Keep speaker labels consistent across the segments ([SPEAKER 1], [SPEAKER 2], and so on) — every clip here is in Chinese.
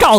[SPEAKER 1] 告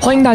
[SPEAKER 2] 欢迎大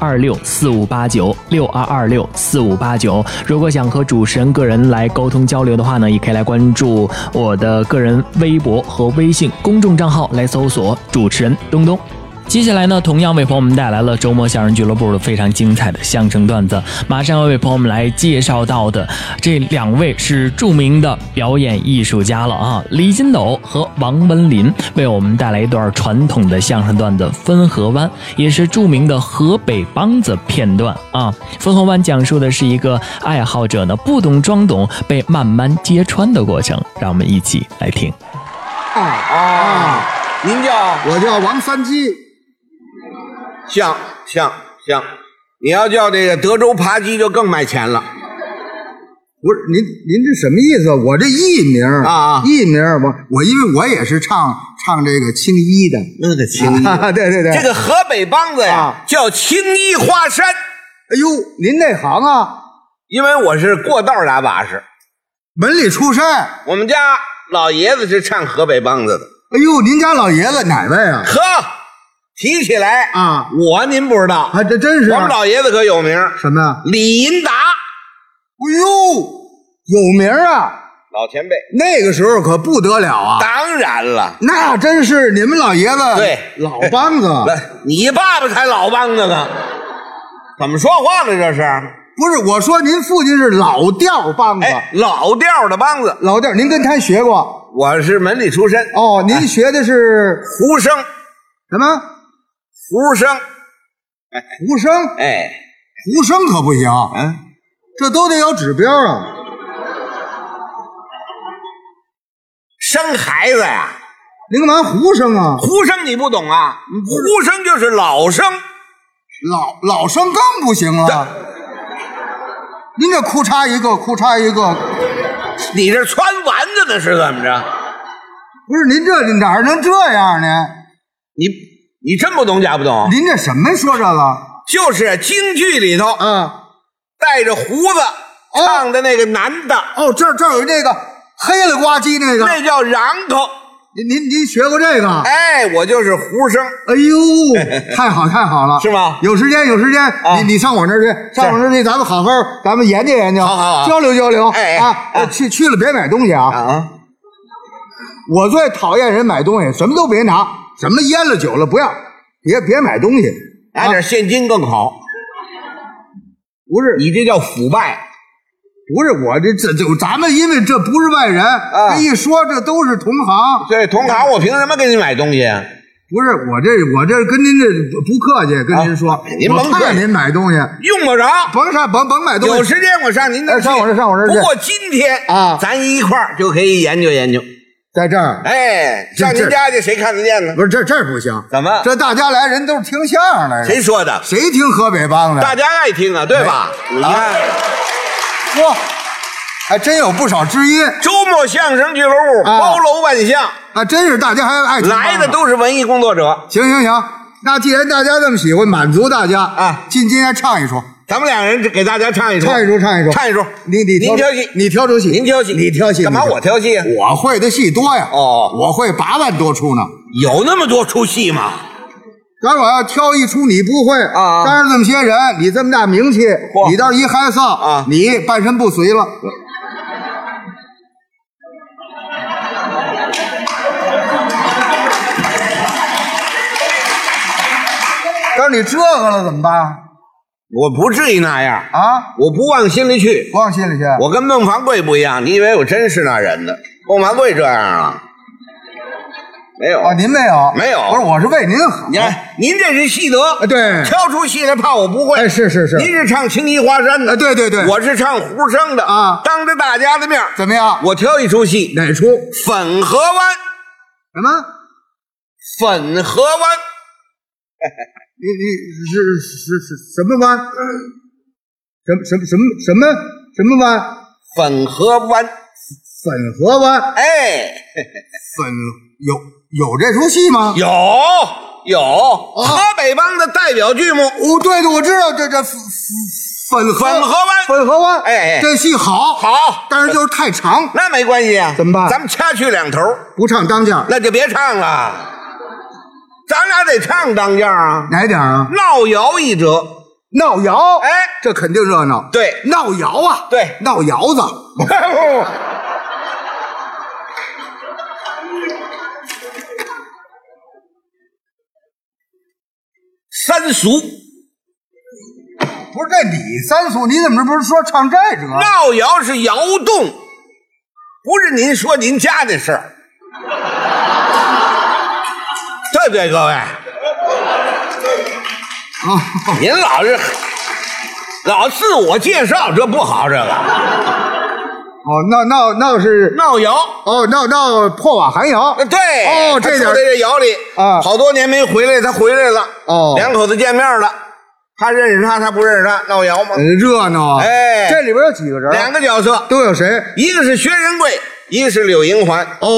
[SPEAKER 2] 二六四五八九六二二六四五八九。如果想和主持人个人来沟通交流的话呢，也可以来关注我的个人微博和微信公众账号来搜索“主持人东东”。接下来呢，同样为朋友们带来了周末相声俱乐部的非常精彩的相声段子。马上要为朋友们来介绍到的这两位是著名的表演艺术家了啊，李金斗和王文林为我们带来一段传统的相声段子《汾河湾》，也是著名的河北梆子片段啊。《汾河湾》讲述的是一个爱好者呢不懂装懂被慢慢揭穿的过程，让我们一起来听。
[SPEAKER 3] 啊，您叫
[SPEAKER 4] 我叫王三鸡，
[SPEAKER 3] 像像像，你要叫这个德州扒鸡就更卖钱了。
[SPEAKER 4] 不是您您这什么意思？我这艺名儿
[SPEAKER 3] 啊啊
[SPEAKER 4] 艺名儿我我因为我也是唱唱这个青衣的，
[SPEAKER 3] 那得青衣，
[SPEAKER 4] 啊、 对对对，
[SPEAKER 3] 这个河北梆子呀
[SPEAKER 4] 啊
[SPEAKER 3] 叫青衣花山，
[SPEAKER 4] 哎呦，您内行啊，
[SPEAKER 3] 因为我是过道打把式。
[SPEAKER 4] 门里出身，哎
[SPEAKER 3] 我们家老爷子是唱河北梆子的。
[SPEAKER 4] 呦，您家老爷子哪位 啊？
[SPEAKER 3] 呵，提起来
[SPEAKER 4] 啊
[SPEAKER 3] 我您不知道，
[SPEAKER 4] 啊，这真是
[SPEAKER 3] 我们老爷子可有名，
[SPEAKER 4] 什么呀？
[SPEAKER 3] 李银达，
[SPEAKER 4] 哎呦，有名儿啊，
[SPEAKER 3] 老前辈。
[SPEAKER 4] 那个时候可不得了啊，
[SPEAKER 3] 当然了，
[SPEAKER 4] 那真是你们老爷子
[SPEAKER 3] 对
[SPEAKER 4] 老梆子，
[SPEAKER 3] 来，啊你爸爸才老梆子呢，哎怎么说话呢？这是，
[SPEAKER 4] 不是我说您父亲是老调梆
[SPEAKER 3] 哎，
[SPEAKER 4] 子，
[SPEAKER 3] 老调的梆子。
[SPEAKER 4] 老调，您跟他学过。
[SPEAKER 3] 我是门里出身，
[SPEAKER 4] 哦，您学的是
[SPEAKER 3] 胡生，
[SPEAKER 4] 什么？
[SPEAKER 3] 胡生，
[SPEAKER 4] 胡声？
[SPEAKER 3] 哎，
[SPEAKER 4] 胡声可不行，
[SPEAKER 3] 嗯，
[SPEAKER 4] 这都得有指标啊。
[SPEAKER 3] 生孩子呀、
[SPEAKER 4] 您干嘛胡声啊？
[SPEAKER 3] 胡生你不懂啊，胡生就是老生，
[SPEAKER 4] 老老生更不行
[SPEAKER 3] 啊
[SPEAKER 4] 了。您这哭嚓一个，哭嚓一个，
[SPEAKER 3] 你这穿丸子呢是怎么着？
[SPEAKER 4] 不是您这哪能这样呢？
[SPEAKER 3] 你你真不懂假不懂？
[SPEAKER 4] 您这什么说这个？
[SPEAKER 3] 就是京剧里头
[SPEAKER 4] 啊，
[SPEAKER 3] 带着胡子唱的那个男的，
[SPEAKER 4] 哦，这儿这儿有那个黑了呱唧那个，
[SPEAKER 3] 那叫瓤头。
[SPEAKER 4] 您您您学过这个？哎
[SPEAKER 3] 哎，我就是胡生，
[SPEAKER 4] 呦， 太好太好了，
[SPEAKER 3] 是吗
[SPEAKER 4] 有时间有时间，
[SPEAKER 3] 啊
[SPEAKER 4] 你你上我那儿去，上我那儿去，咱们好好咱们研究研究，
[SPEAKER 3] 好好好
[SPEAKER 4] 交流交流，
[SPEAKER 3] 哎哎
[SPEAKER 4] 啊，
[SPEAKER 3] 啊
[SPEAKER 4] 去去了别买东西啊！
[SPEAKER 3] 啊，
[SPEAKER 4] 我最讨厌人买东西，什么都别拿，什么烟了酒了不要，别别买东西。啊
[SPEAKER 3] 拿点现金更好。
[SPEAKER 4] 不是
[SPEAKER 3] 你这叫腐败，
[SPEAKER 4] 不是我这这就咱们因为这不是外人，
[SPEAKER 3] 啊
[SPEAKER 4] 这一说这都是同行，
[SPEAKER 3] 对，同行，我凭什么给你买东西啊？
[SPEAKER 4] 不是我这我这跟您这不客气，跟您说，
[SPEAKER 3] 啊您甭
[SPEAKER 4] 我
[SPEAKER 3] 客
[SPEAKER 4] 怕
[SPEAKER 3] 气
[SPEAKER 4] 您买东西，
[SPEAKER 3] 用不着。
[SPEAKER 4] 甭上甭甭买东西，
[SPEAKER 3] 有时间我上您那儿
[SPEAKER 4] 哎
[SPEAKER 3] 去，
[SPEAKER 4] 上我这儿上我这儿去
[SPEAKER 3] 不过今天
[SPEAKER 4] 啊
[SPEAKER 3] 咱一块儿就可以研究研究。
[SPEAKER 4] 在这儿。
[SPEAKER 3] 哎，
[SPEAKER 4] 这
[SPEAKER 3] 上您家去谁看得见呢
[SPEAKER 4] 不？是这这儿不行，
[SPEAKER 3] 怎么
[SPEAKER 4] 这大家来人都是听相声来的，
[SPEAKER 3] 谁说的？
[SPEAKER 4] 谁听河北梆
[SPEAKER 3] 大
[SPEAKER 4] 的？
[SPEAKER 3] 家爱听啊，对吧？你看
[SPEAKER 4] 嚯，还真有不少知音
[SPEAKER 3] 周末相声俱乐部
[SPEAKER 4] 啊
[SPEAKER 3] 包楼万象，
[SPEAKER 4] 啊！真是大家还爱听梆
[SPEAKER 3] 来的都是文艺工作者。
[SPEAKER 4] 行行行，那既然大家这么喜欢，满足大家
[SPEAKER 3] 啊
[SPEAKER 4] 今今天唱一出，
[SPEAKER 3] 咱们两个人给大家唱一出，
[SPEAKER 4] 唱一出，唱一出，
[SPEAKER 3] 唱一出。
[SPEAKER 4] 你你
[SPEAKER 3] 您挑戏，
[SPEAKER 4] 你挑出戏，
[SPEAKER 3] 您挑戏，
[SPEAKER 4] 你挑戏，
[SPEAKER 3] 干嘛
[SPEAKER 4] 你
[SPEAKER 3] 我挑戏啊？
[SPEAKER 4] 我会的戏多呀，
[SPEAKER 3] 哦
[SPEAKER 4] 我会八万多出呢。
[SPEAKER 3] 有那么多出戏吗？
[SPEAKER 4] 当然我要挑一出你不会
[SPEAKER 3] 啊
[SPEAKER 4] 当着这么些人，你这么大名气，
[SPEAKER 3] 嚯
[SPEAKER 4] 你倒是一嗨丧
[SPEAKER 3] 啊
[SPEAKER 4] 你半身不遂了。但是你这个了怎么办
[SPEAKER 3] 我不至于那样，
[SPEAKER 4] 啊？
[SPEAKER 3] 我不往心里去。
[SPEAKER 4] 不往心里去。
[SPEAKER 3] 我跟孟凡贵不一样，你以为我真是那人呢？孟凡贵这样啊？没有
[SPEAKER 4] 啊，您没有，
[SPEAKER 3] 没有
[SPEAKER 4] 不是，我是为您好。
[SPEAKER 3] 你看，您这是戏德，
[SPEAKER 4] 啊对
[SPEAKER 3] 挑出戏来怕我不会。
[SPEAKER 4] 哎是是是
[SPEAKER 3] 您是唱《青衣华山》的，
[SPEAKER 4] 啊对对对
[SPEAKER 3] 我是唱胡声的
[SPEAKER 4] 啊
[SPEAKER 3] 当着大家的面儿，
[SPEAKER 4] 怎么样？
[SPEAKER 3] 我挑一出戏，
[SPEAKER 4] 哪出？
[SPEAKER 3] 粉河湾》。
[SPEAKER 4] 什么？
[SPEAKER 3] 粉河湾，
[SPEAKER 4] 你你是是是什么湾？什么什么什么什么什么湾？
[SPEAKER 3] 粉河湾，
[SPEAKER 4] 粉河湾？
[SPEAKER 3] 哎，
[SPEAKER 4] 粉有有这出戏吗？
[SPEAKER 3] 有有、河北帮的代表剧目《
[SPEAKER 4] 哦，对对，我知道这这粉粉河
[SPEAKER 3] 粉河湾》。
[SPEAKER 4] 粉河湾，
[SPEAKER 3] 哎哎
[SPEAKER 4] 这戏好，
[SPEAKER 3] 好
[SPEAKER 4] 但是就是太长，
[SPEAKER 3] 那没关系啊，
[SPEAKER 4] 怎么办
[SPEAKER 3] 咱们掐去两头，
[SPEAKER 4] 不唱当家。
[SPEAKER 3] 那就别唱了。咱俩得唱当家啊，
[SPEAKER 4] 哪点儿啊？
[SPEAKER 3] 闹摇一折。
[SPEAKER 4] 闹窑，
[SPEAKER 3] 哎
[SPEAKER 4] 这肯定热闹。
[SPEAKER 3] 对
[SPEAKER 4] 闹窑啊，
[SPEAKER 3] 对
[SPEAKER 4] 闹窑子。
[SPEAKER 3] 三俗
[SPEAKER 4] 不是这李三叔，你怎么不是说唱这折？
[SPEAKER 3] 闹窑是窑洞，不是您说您家的事儿，对不对，各位？您老是老自我介绍，这不好，这个
[SPEAKER 4] 哦，闹闹闹是
[SPEAKER 3] 闹窑。
[SPEAKER 4] 哦，闹闹破瓦寒窑。
[SPEAKER 3] 呃对，
[SPEAKER 4] 哦，
[SPEAKER 3] 他
[SPEAKER 4] 这点
[SPEAKER 3] 住
[SPEAKER 4] 儿
[SPEAKER 3] 在这窑里
[SPEAKER 4] 啊
[SPEAKER 3] 好多年没回来，他回来了，
[SPEAKER 4] 哦
[SPEAKER 3] 两口子见面了，他认识他，他不认识他，闹窑吗？
[SPEAKER 4] 呃热闹啊。
[SPEAKER 3] 哎
[SPEAKER 4] 这里边有几个人？
[SPEAKER 3] 两个角色，
[SPEAKER 4] 都有谁？
[SPEAKER 3] 一个是薛仁贵，一个是柳银环，
[SPEAKER 4] 哦，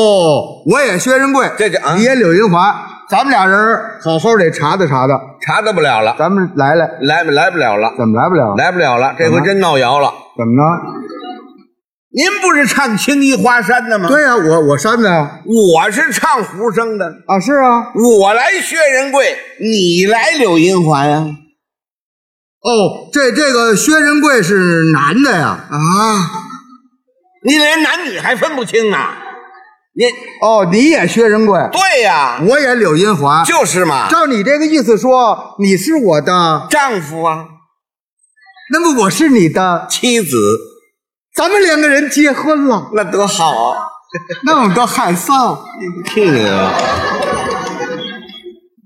[SPEAKER 4] 我也薛仁贵，
[SPEAKER 3] 这啊这啊
[SPEAKER 4] 你也柳银环，咱们俩人好好得查的查的，
[SPEAKER 3] 查的不了了，
[SPEAKER 4] 咱们来来，
[SPEAKER 3] 来不来不了了，
[SPEAKER 4] 怎么来不了？
[SPEAKER 3] 来不了了，这回真闹窑了。
[SPEAKER 4] 怎么呢？
[SPEAKER 3] 您不是唱青衣华山的吗？，
[SPEAKER 4] 对呀、我我删的呀。
[SPEAKER 3] 我是唱胡声的，
[SPEAKER 4] 啊，是啊。
[SPEAKER 3] 我来薛仁贵，你来柳银环啊。
[SPEAKER 4] 哦，这这个薛仁贵是男的呀？啊，
[SPEAKER 3] 你连男女还分不清呢。你
[SPEAKER 4] 哦，你也薛仁贵，
[SPEAKER 3] 对呀、
[SPEAKER 4] 我也柳银环。
[SPEAKER 3] 就是嘛，
[SPEAKER 4] 照你这个意思说，你是我的，
[SPEAKER 3] 丈夫啊，
[SPEAKER 4] 那么我是你的，
[SPEAKER 3] 妻子，
[SPEAKER 4] 咱们两个人结婚了，
[SPEAKER 3] 那多好啊！
[SPEAKER 4] 那么多害臊。
[SPEAKER 3] 听你的，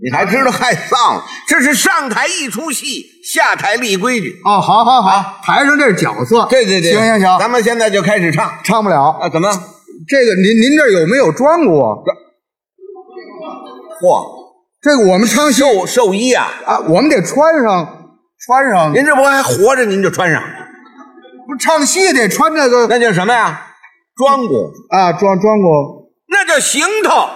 [SPEAKER 3] 你还知道害臊？这是上台一出戏，下台立规矩。
[SPEAKER 4] 哦，好好好，台上这是角色，
[SPEAKER 3] 啊对对对，
[SPEAKER 4] 行行行，
[SPEAKER 3] 咱们现在就开始唱
[SPEAKER 4] 唱不了。
[SPEAKER 3] 啊！怎么？
[SPEAKER 4] 这个您您这儿有没有装过？
[SPEAKER 3] 嚯，
[SPEAKER 4] 这个我们唱戏
[SPEAKER 3] 寿寿衣啊！
[SPEAKER 4] 啊，我们得穿上，穿上。
[SPEAKER 3] 您这不还活着，您就穿上，
[SPEAKER 4] 不唱戏得穿这个
[SPEAKER 3] 那叫什么呀？庄工，
[SPEAKER 4] 啊，装装过
[SPEAKER 3] 那叫行头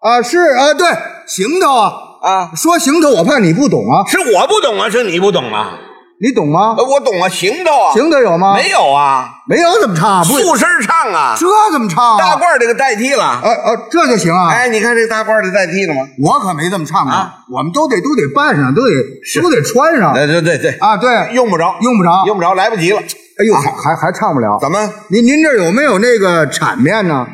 [SPEAKER 4] 啊，是啊，对，行头啊，
[SPEAKER 3] 啊！
[SPEAKER 4] 说行头，我怕你不懂啊，
[SPEAKER 3] 是我不懂啊，是你不懂啊？
[SPEAKER 4] 你懂吗
[SPEAKER 3] 呃？我懂啊，行头啊，
[SPEAKER 4] 行头有吗？
[SPEAKER 3] 没，有啊？
[SPEAKER 4] 没有怎么唱啊？不，
[SPEAKER 3] 素身唱啊，
[SPEAKER 4] 这怎么唱啊？
[SPEAKER 3] 大褂儿这个代替了。
[SPEAKER 4] 啊啊，这就行啊。
[SPEAKER 3] 哎，你看这个大褂儿这代替了吗？
[SPEAKER 4] 我可没这么唱过
[SPEAKER 3] 啊，
[SPEAKER 4] 我们都得都得扮上，都得都得穿上
[SPEAKER 3] 对对对对，
[SPEAKER 4] 啊，对，
[SPEAKER 3] 用不着，
[SPEAKER 4] 用不着
[SPEAKER 3] 用啊不着，来不及了。
[SPEAKER 4] 哎呦，还还还唱不了。
[SPEAKER 3] 怎么？
[SPEAKER 4] 您您这儿有没有那个铲面呢？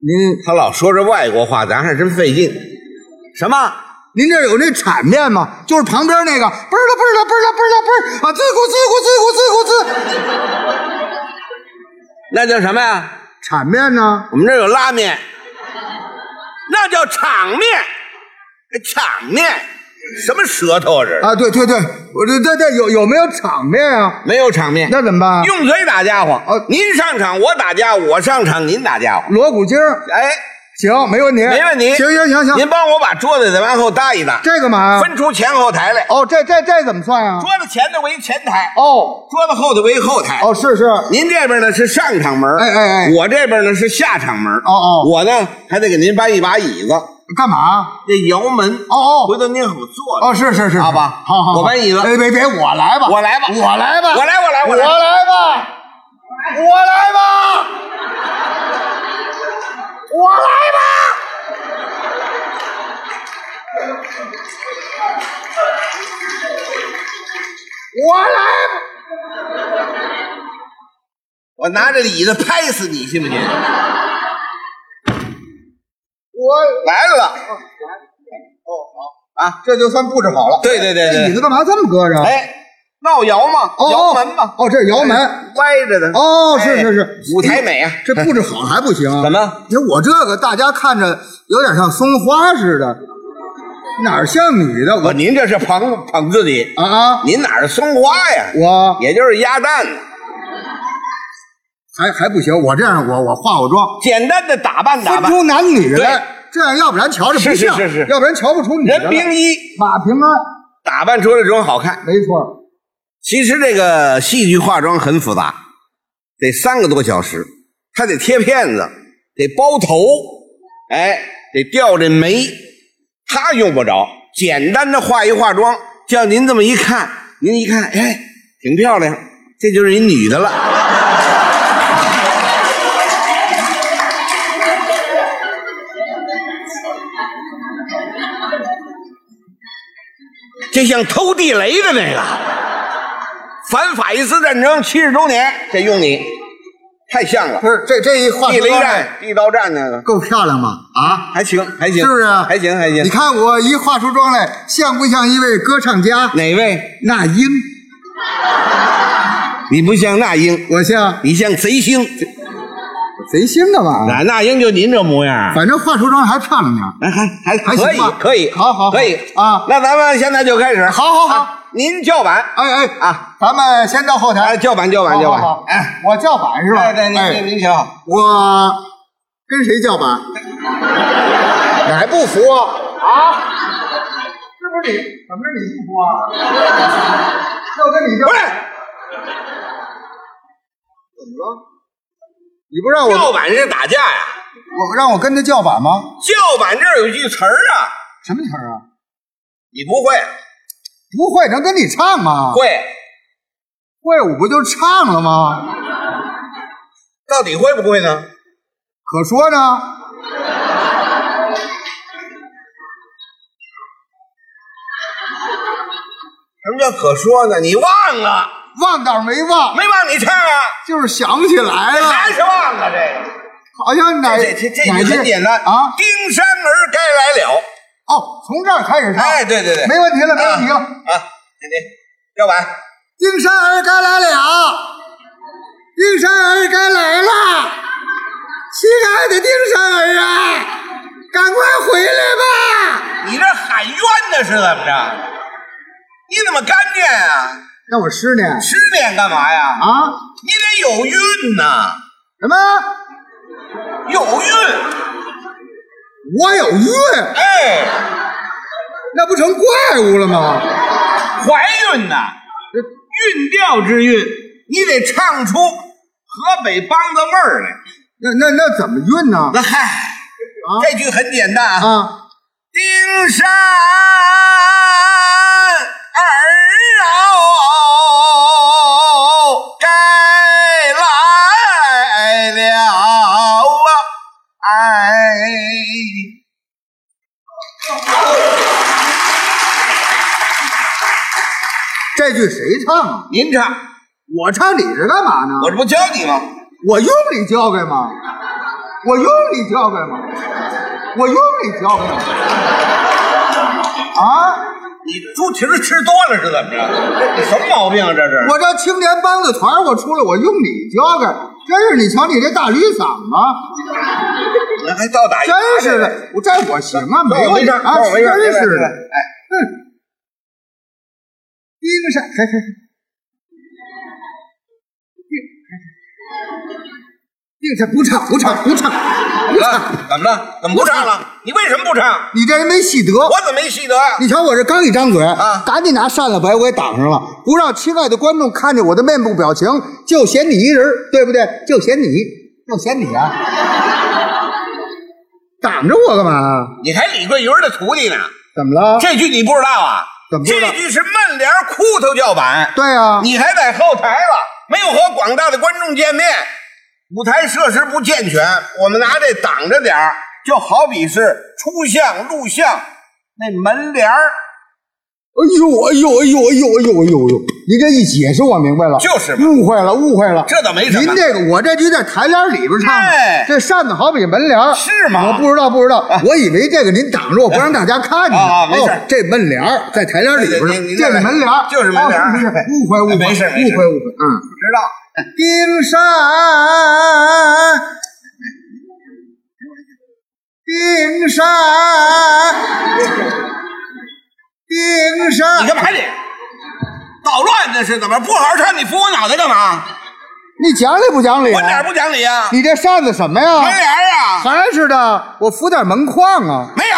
[SPEAKER 4] 您
[SPEAKER 3] 他老说这外国话，咱还真费劲。什么？
[SPEAKER 4] 您这儿有那铲面吗？就是旁边那个，嘣儿了嘣儿了嘣儿了嘣儿了嘣儿啊，滋咕滋咕滋咕滋咕滋。
[SPEAKER 3] 那叫什么呀？
[SPEAKER 4] 铲面呢？
[SPEAKER 3] 我们这有拉面，那叫场面，场面，什么舌头啊这是？
[SPEAKER 4] 啊，对对对，我这这这有有没有场面啊？
[SPEAKER 3] 没有场面，
[SPEAKER 4] 那怎么办？
[SPEAKER 3] 用嘴打家伙。
[SPEAKER 4] 哦
[SPEAKER 3] 您上场我打架，我上场您打家伙。
[SPEAKER 4] 锣鼓经儿
[SPEAKER 3] 哎，
[SPEAKER 4] 行，没问题，
[SPEAKER 3] 没问题。
[SPEAKER 4] 哎行行行
[SPEAKER 3] 您
[SPEAKER 4] 行，
[SPEAKER 3] 帮我把桌子再往后搭一搭，
[SPEAKER 4] 这干嘛呀？
[SPEAKER 3] 分出前后台来。
[SPEAKER 4] 哦，这这这怎么算呀？
[SPEAKER 3] 桌子前头为前台，
[SPEAKER 4] 哦
[SPEAKER 3] 桌子后头为后台。
[SPEAKER 4] 哦，是是，
[SPEAKER 3] 您这边呢是上场门，
[SPEAKER 4] 哎哎哎
[SPEAKER 3] 我这边呢是下场门，哦
[SPEAKER 4] 哦
[SPEAKER 3] 我呢还得给您搬一把椅子，
[SPEAKER 4] 干嘛？
[SPEAKER 3] 这摇门
[SPEAKER 4] 哦哦
[SPEAKER 3] 回头您好坐着
[SPEAKER 4] 哦，是是是，
[SPEAKER 3] 好吧
[SPEAKER 4] 好好，好
[SPEAKER 3] 我搬椅子
[SPEAKER 4] 哎，别别，我来吧，
[SPEAKER 3] 我来吧
[SPEAKER 4] 我来吧，
[SPEAKER 3] 我来我来
[SPEAKER 4] 我
[SPEAKER 3] 我来
[SPEAKER 4] 来吧，我来吧，我来吧。我来吧，
[SPEAKER 3] 我拿着椅子拍死你，信不信？
[SPEAKER 4] 我
[SPEAKER 3] 来了，
[SPEAKER 4] 啊，这就算布置好了。
[SPEAKER 3] 对对对对
[SPEAKER 4] 这椅子干嘛这么搁着？，啊
[SPEAKER 3] 哎，闹摇嘛，
[SPEAKER 4] 哦，
[SPEAKER 3] 摇门哎嘛，
[SPEAKER 4] 哦，这是摇门。
[SPEAKER 3] 歪着的。
[SPEAKER 4] 哦，是
[SPEAKER 3] 哎
[SPEAKER 4] 是是，哎
[SPEAKER 3] 舞台美啊，
[SPEAKER 4] 这布置好还不行？
[SPEAKER 3] 怎么？
[SPEAKER 4] 因为我这个大家看着有点像松花似的，哪儿像你的？
[SPEAKER 3] 我
[SPEAKER 4] 我
[SPEAKER 3] 您这是捧捧自己，
[SPEAKER 4] 啊啊，
[SPEAKER 3] 您哪是松花呀？
[SPEAKER 4] 我
[SPEAKER 3] 也就是鸭蛋呢，
[SPEAKER 4] 还还不行，我这样我我化我妆，
[SPEAKER 3] 简单的打扮打
[SPEAKER 4] 分
[SPEAKER 3] 扮。
[SPEAKER 4] 出男女
[SPEAKER 3] 对
[SPEAKER 4] 来，这样要不然瞧着不
[SPEAKER 3] 是是
[SPEAKER 4] 像，
[SPEAKER 3] 是是
[SPEAKER 4] 要不然瞧不出女的
[SPEAKER 3] 人
[SPEAKER 4] 来。
[SPEAKER 3] 兵一
[SPEAKER 4] 马平安，
[SPEAKER 3] 打扮出来这种好看。
[SPEAKER 4] 没错，
[SPEAKER 3] 其实这个戏剧化妆很复杂，得三个多小时，还得贴片子，得包头，哎，得吊这眉，他用不着，简单的化一化妆，叫您这么一看，您一看，哎，挺漂亮，这就是一女的了。 这像偷地雷的那个。反法西斯战争七十周年，这用你太像了
[SPEAKER 4] 不。是这这一化
[SPEAKER 3] 地雷
[SPEAKER 4] 妆
[SPEAKER 3] 战、地道战那个
[SPEAKER 4] 够漂亮吗？啊，
[SPEAKER 3] 还行，还行，
[SPEAKER 4] 是不是？
[SPEAKER 3] 还行，还行
[SPEAKER 4] 你。看我一化出妆来，像不像一位歌唱家？
[SPEAKER 3] 哪位？
[SPEAKER 4] 那英，
[SPEAKER 3] 你不像那英，
[SPEAKER 4] 我像
[SPEAKER 3] 你像贼星。
[SPEAKER 4] 贼星干嘛？
[SPEAKER 3] 那那英就您这模样，
[SPEAKER 4] 反正化出妆还漂亮点儿。
[SPEAKER 3] 哎还还
[SPEAKER 4] 还
[SPEAKER 3] 可以
[SPEAKER 4] 行吧，
[SPEAKER 3] 可以，
[SPEAKER 4] 好好好
[SPEAKER 3] 可以
[SPEAKER 4] 啊
[SPEAKER 3] 那咱们现在就开始。
[SPEAKER 4] 好好好
[SPEAKER 3] 啊，您叫板，
[SPEAKER 4] 哎哎啊，咱们先到后
[SPEAKER 3] 哎，
[SPEAKER 4] 台，
[SPEAKER 3] 叫板，叫
[SPEAKER 4] 好
[SPEAKER 3] 板，叫
[SPEAKER 4] 好
[SPEAKER 3] 板
[SPEAKER 4] 好。，哎，我叫板是吧？
[SPEAKER 3] 哎，对，
[SPEAKER 4] 哎
[SPEAKER 3] 您您您请。
[SPEAKER 4] 我跟谁叫板？
[SPEAKER 3] 你还不服？啊
[SPEAKER 4] 啊是不是你？怎么着你不服啊？ 要跟你叫
[SPEAKER 3] 不是，
[SPEAKER 4] 你不让我
[SPEAKER 3] 叫板是打架呀。
[SPEAKER 4] 我让我跟他叫板吗？
[SPEAKER 3] 叫板这儿有一句词儿啊，
[SPEAKER 4] 什么词儿啊？
[SPEAKER 3] 你不会，
[SPEAKER 4] 不会能跟你唱吗？
[SPEAKER 3] 会，
[SPEAKER 4] 会我不就唱了吗？
[SPEAKER 3] 到底会不会呢？
[SPEAKER 4] 可说呢。
[SPEAKER 3] 什么叫可说呢？你忘了？
[SPEAKER 4] 忘倒没忘，
[SPEAKER 3] 没忘你唱啊？
[SPEAKER 4] 就是想起来了，
[SPEAKER 3] 还是忘了这
[SPEAKER 4] 好像啊哪
[SPEAKER 3] 个？这这这
[SPEAKER 4] 哪
[SPEAKER 3] 句
[SPEAKER 4] 句
[SPEAKER 3] 很简单
[SPEAKER 4] 啊？
[SPEAKER 3] 丁山儿该来了。
[SPEAKER 4] 哦，从这儿开始唱，
[SPEAKER 3] 哎，对对对，
[SPEAKER 4] 没问题了，没问题了。
[SPEAKER 3] 啊！你你，要板，
[SPEAKER 4] 丁山儿该来了，丁山儿该来了，亲爱的丁山儿啊，赶快回来吧！
[SPEAKER 3] 你这喊冤呢是怎么着？你怎么干练啊？
[SPEAKER 4] 那我师呢？
[SPEAKER 3] 失恋干嘛呀？
[SPEAKER 4] 啊，
[SPEAKER 3] 你得有韵呐、
[SPEAKER 4] 什么？
[SPEAKER 3] 有韵，
[SPEAKER 4] 我有孕，
[SPEAKER 3] 哎，
[SPEAKER 4] 那不成怪物了吗？
[SPEAKER 3] 怀孕呐、韵调之韵，你得唱出河北梆子味儿来。
[SPEAKER 4] 那那那怎么孕呢？
[SPEAKER 3] 那嗨，这句很简单啊
[SPEAKER 4] 啊，
[SPEAKER 3] 丁山二老该来了哎，
[SPEAKER 4] 这句谁唱啊？
[SPEAKER 3] 您唱，
[SPEAKER 4] 我唱你是干嘛呢？
[SPEAKER 3] 我这不教你吗？
[SPEAKER 4] 我用你教给吗？我用你教给吗？我用你教给吗？啊！
[SPEAKER 3] 你猪蹄儿吃多了是怎么着？你什么毛病啊？这是
[SPEAKER 4] 我这青年梆子团儿，我出来我用你教给，真是你瞧你这大驴嗓子，
[SPEAKER 3] 我还倒打一
[SPEAKER 4] 真是
[SPEAKER 3] 哎
[SPEAKER 4] 的，我这我行啊，
[SPEAKER 3] 那
[SPEAKER 4] 没
[SPEAKER 3] 我没
[SPEAKER 4] 问题
[SPEAKER 3] 事儿那
[SPEAKER 4] 啊，
[SPEAKER 3] 我没事儿别
[SPEAKER 4] 真
[SPEAKER 3] 来
[SPEAKER 4] 是
[SPEAKER 3] 别
[SPEAKER 4] 的
[SPEAKER 3] 来，
[SPEAKER 4] 哎，哼，丁山，嘿嘿嘿，丁丁山不唱不唱不唱，不唱，
[SPEAKER 3] 啊怎么了？怎么不唱了？你为什么不唱？
[SPEAKER 4] 你这人没戏德。
[SPEAKER 3] 我怎么没戏得啊？
[SPEAKER 4] 你瞧我这刚一张嘴
[SPEAKER 3] 啊
[SPEAKER 4] 赶紧拿扇子把我给挡上了，不让亲爱的观众看见我的面部表情，就嫌你一人儿，对不对？就嫌你，就嫌你啊！ 挡着我干嘛？啊
[SPEAKER 3] 你还李桂云的徒弟呢？
[SPEAKER 4] 怎么了？
[SPEAKER 3] 这句你不知道啊？
[SPEAKER 4] 哦怎么不知道
[SPEAKER 3] 这句是曼联哭头叫板。
[SPEAKER 4] 对啊，
[SPEAKER 3] 你还在后台了，没有和广大的观众见面，舞台设施不健全，我们拿这挡着点儿，就好比是出像录像那门帘儿，
[SPEAKER 4] 哎呦哎呦哎呦哎呦哎呦哎呦哎呦！您这一解释我明白了，
[SPEAKER 3] 就是嘛
[SPEAKER 4] 误会了误会了。
[SPEAKER 3] 这倒没什么
[SPEAKER 4] 您这个我这就在台帘里边唱
[SPEAKER 3] 哎
[SPEAKER 4] 的，这扇子好比门帘儿
[SPEAKER 3] 是吗啊
[SPEAKER 4] 我不知道不知道，我以为这个您挡住我不让大家看见
[SPEAKER 3] 啊啊没事
[SPEAKER 4] 哦这门帘儿在台帘里边儿，
[SPEAKER 3] 对对对
[SPEAKER 4] 这是门帘儿
[SPEAKER 3] 就是门帘儿哎
[SPEAKER 4] 啊是是是误会误会，
[SPEAKER 3] 没事没事
[SPEAKER 4] 误会误会，嗯。
[SPEAKER 3] 知道？
[SPEAKER 4] 冰山，冰山，冰山。
[SPEAKER 3] 你干嘛你？捣乱这是怎么？不好好唱，你扶我脑袋干嘛？
[SPEAKER 4] 你讲理不讲理、
[SPEAKER 3] 我哪儿
[SPEAKER 4] 啊？
[SPEAKER 3] 不讲理啊？
[SPEAKER 4] 你这扇子什么
[SPEAKER 3] 门
[SPEAKER 4] 呀？
[SPEAKER 3] 帘儿啊？
[SPEAKER 4] 还是的，我扶点门框啊，
[SPEAKER 3] 没有，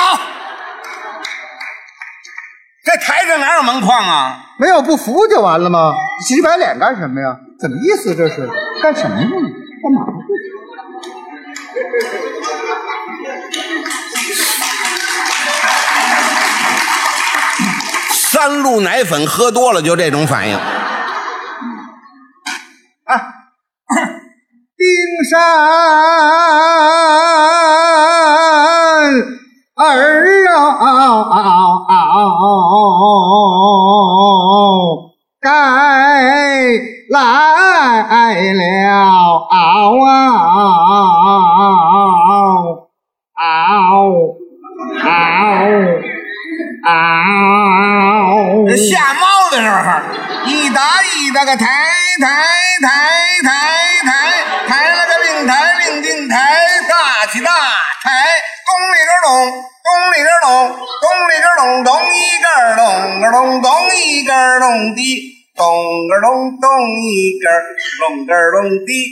[SPEAKER 3] 这台上哪有门框啊？
[SPEAKER 4] 没有不扶就完了吗？你洗白脸干什么呀？怎么意思这是？干什么呢？干嘛？
[SPEAKER 3] 三鹿奶粉喝多了就这种反应。
[SPEAKER 4] 冰山儿啊该来了
[SPEAKER 3] 这下猫的时候，一打一打个抬抬抬抬抬，抬了个令抬令定抬，大起大抬，咚里个咚，咚里个咚，咚里个咚，咚一个咚个咚，咚一个咚滴，咚个咚，咚一个咚个咚滴，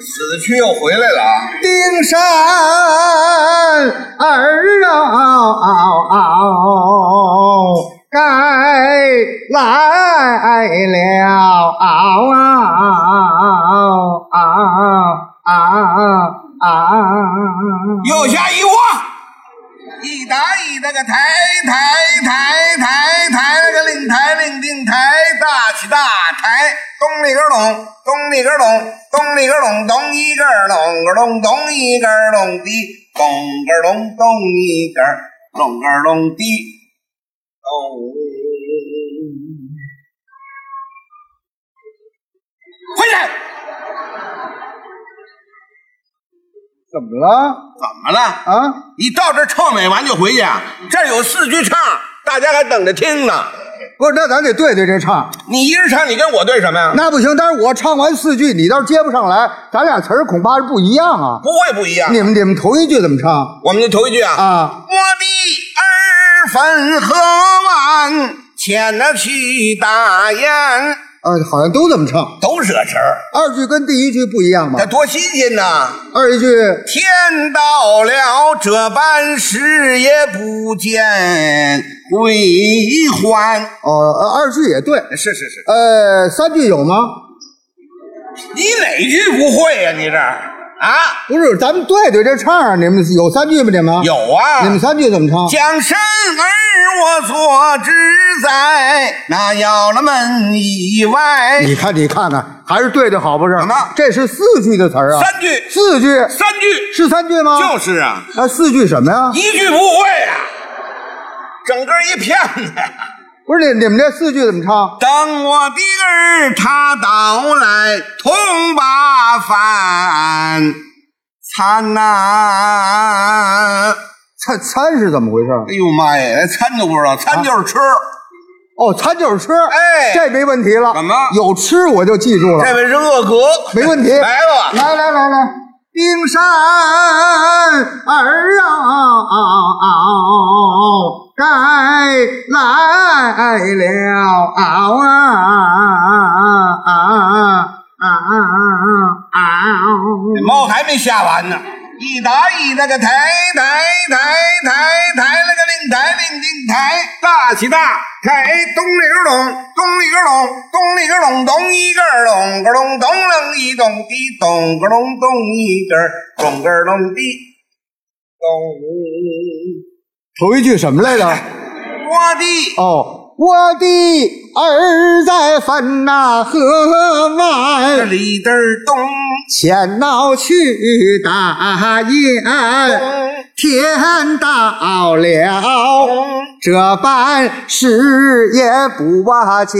[SPEAKER 3] 死去又回来了啊！
[SPEAKER 4] 冰山儿啊，该来了啊啊啊啊！
[SPEAKER 3] 右下一窝，一打一那个抬抬抬抬抬那个令抬令定抬大起大抬，咚里个咚，咚里个咚，咚里个咚，咚一个咚个咚，咚一个咚的，咚个咚，咚一个咚个咚的，咚。回去，
[SPEAKER 4] 怎么了
[SPEAKER 3] 怎么了？
[SPEAKER 4] 啊？
[SPEAKER 3] 你到这儿臭美完就回去啊！这儿有四句唱，大家还等着听呢。
[SPEAKER 4] 不是，那咱得对对这唱，
[SPEAKER 3] 你一人唱，你跟我对什么呀？
[SPEAKER 4] 那不行。但是我唱完四句，你倒是接不上来，咱俩词儿恐怕是不一样啊。
[SPEAKER 3] 不会不一样
[SPEAKER 4] 你。们你们头一句怎么唱
[SPEAKER 3] 我们就头一句啊。
[SPEAKER 4] 啊？
[SPEAKER 3] 我的儿粉喝完，牵了去大雁，
[SPEAKER 4] 呃，好像都这么唱。
[SPEAKER 3] 都惹词儿，
[SPEAKER 4] 二句跟第一句不一样吗
[SPEAKER 3] 这？多新鲜呐！
[SPEAKER 4] 二一句
[SPEAKER 3] 天到了这般时也不见归还。
[SPEAKER 4] 哦，呃二句也对。
[SPEAKER 3] 是是是，
[SPEAKER 4] 呃，三句有吗？
[SPEAKER 3] 你哪句不会呀、你这儿啊？
[SPEAKER 4] 不是，咱们对对这唱啊，你们有三句吗？你们？
[SPEAKER 3] 有啊，
[SPEAKER 4] 你们三句怎么唱？
[SPEAKER 3] 江山儿我所知在那窑了门以外。
[SPEAKER 4] 你看，你看看，还是对对好不是？
[SPEAKER 3] 怎么
[SPEAKER 4] 这是四句的词儿啊？
[SPEAKER 3] 三句
[SPEAKER 4] 四句
[SPEAKER 3] 三句
[SPEAKER 4] 是三句吗？
[SPEAKER 3] 就是啊，
[SPEAKER 4] 啊，四句什么呀？
[SPEAKER 3] 一句不会啊，整个一骗子。
[SPEAKER 4] 不是你你们这四句怎么唱？
[SPEAKER 3] 等我的儿他到来，同把饭餐呐、
[SPEAKER 4] 餐餐是怎么回事？
[SPEAKER 3] 哎呦妈呀，连餐都不知道，餐就是吃。
[SPEAKER 4] 哦，餐就是吃，
[SPEAKER 3] 哎
[SPEAKER 4] 这没问题了。
[SPEAKER 3] 怎么
[SPEAKER 4] 有吃我就记住了
[SPEAKER 3] 这？位是恶格，
[SPEAKER 4] 没问题。
[SPEAKER 3] 来吧。
[SPEAKER 4] 来来来来，冰山儿啊，该来了啊啊啊啊啊啊！
[SPEAKER 3] 猫还没下完呢，一打一那个抬抬抬抬抬了个令抬令令抬，大起大抬，咚里个咚，咚里个咚，咚里个咚，咚一个儿咚个咚，咚楞一咚滴，咚个咚咚一个儿，咚个儿咚滴，咚。
[SPEAKER 5] 头一句什么来着？
[SPEAKER 3] 我的
[SPEAKER 5] 哦，
[SPEAKER 4] 我的儿在分那河
[SPEAKER 3] 这
[SPEAKER 4] 外，
[SPEAKER 3] 里边儿咚
[SPEAKER 4] 前闹去打雁，天到了，
[SPEAKER 3] 咚，
[SPEAKER 4] 这般事也不瓦解，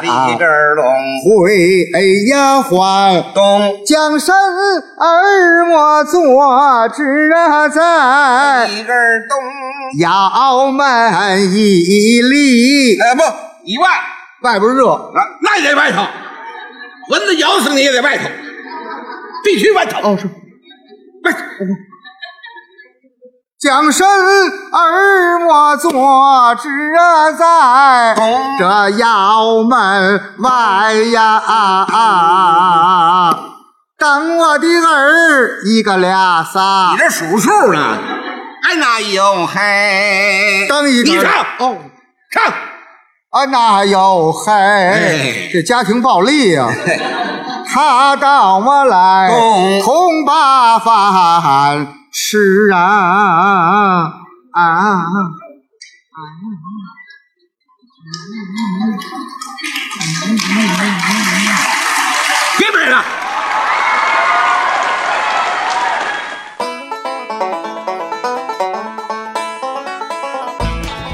[SPEAKER 3] 这里边儿咚
[SPEAKER 4] 回呀还。
[SPEAKER 3] 咚，
[SPEAKER 4] 将身儿莫坐之啊在，
[SPEAKER 3] 一个儿咚，
[SPEAKER 4] 窑门一立，
[SPEAKER 3] 呃不，一万
[SPEAKER 4] 外边热，
[SPEAKER 3] 啊，那也得外头，蚊子咬死你也得外头，必须外头。哦是，外头
[SPEAKER 4] 将身儿莫坐之啊在，这窑门外呀啊啊，等我的儿一个俩仨
[SPEAKER 3] 你，这数数呢？哎哪有嘿？
[SPEAKER 4] 等一个
[SPEAKER 3] 你唱
[SPEAKER 4] 哦。
[SPEAKER 3] 唱，
[SPEAKER 4] 啊，那有嘿，
[SPEAKER 3] 哎
[SPEAKER 4] 这家庭暴力呀、他到我来
[SPEAKER 3] 懂
[SPEAKER 4] 同把饭吃啊啊！
[SPEAKER 3] 别买了。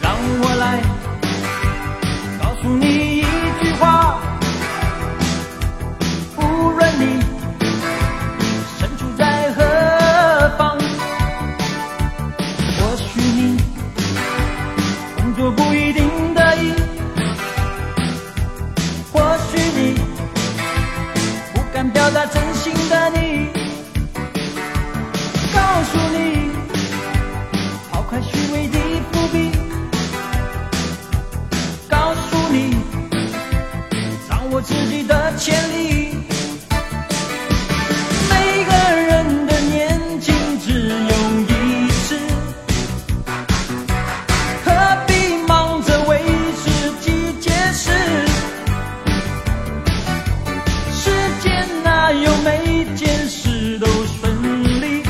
[SPEAKER 6] 让我来告诉你一句话，无论你身处在何方，或许你工作不一定得意，或许你不敢表达真心的你，告诉你抛开虚伪的伏笔。告诉你，让我自己的潜力。每个人的年轻只有一次，何必忙着为自己解释？世间哪有每件事都顺利？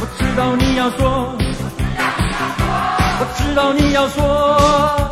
[SPEAKER 6] 我知道你要说。我知道你要说。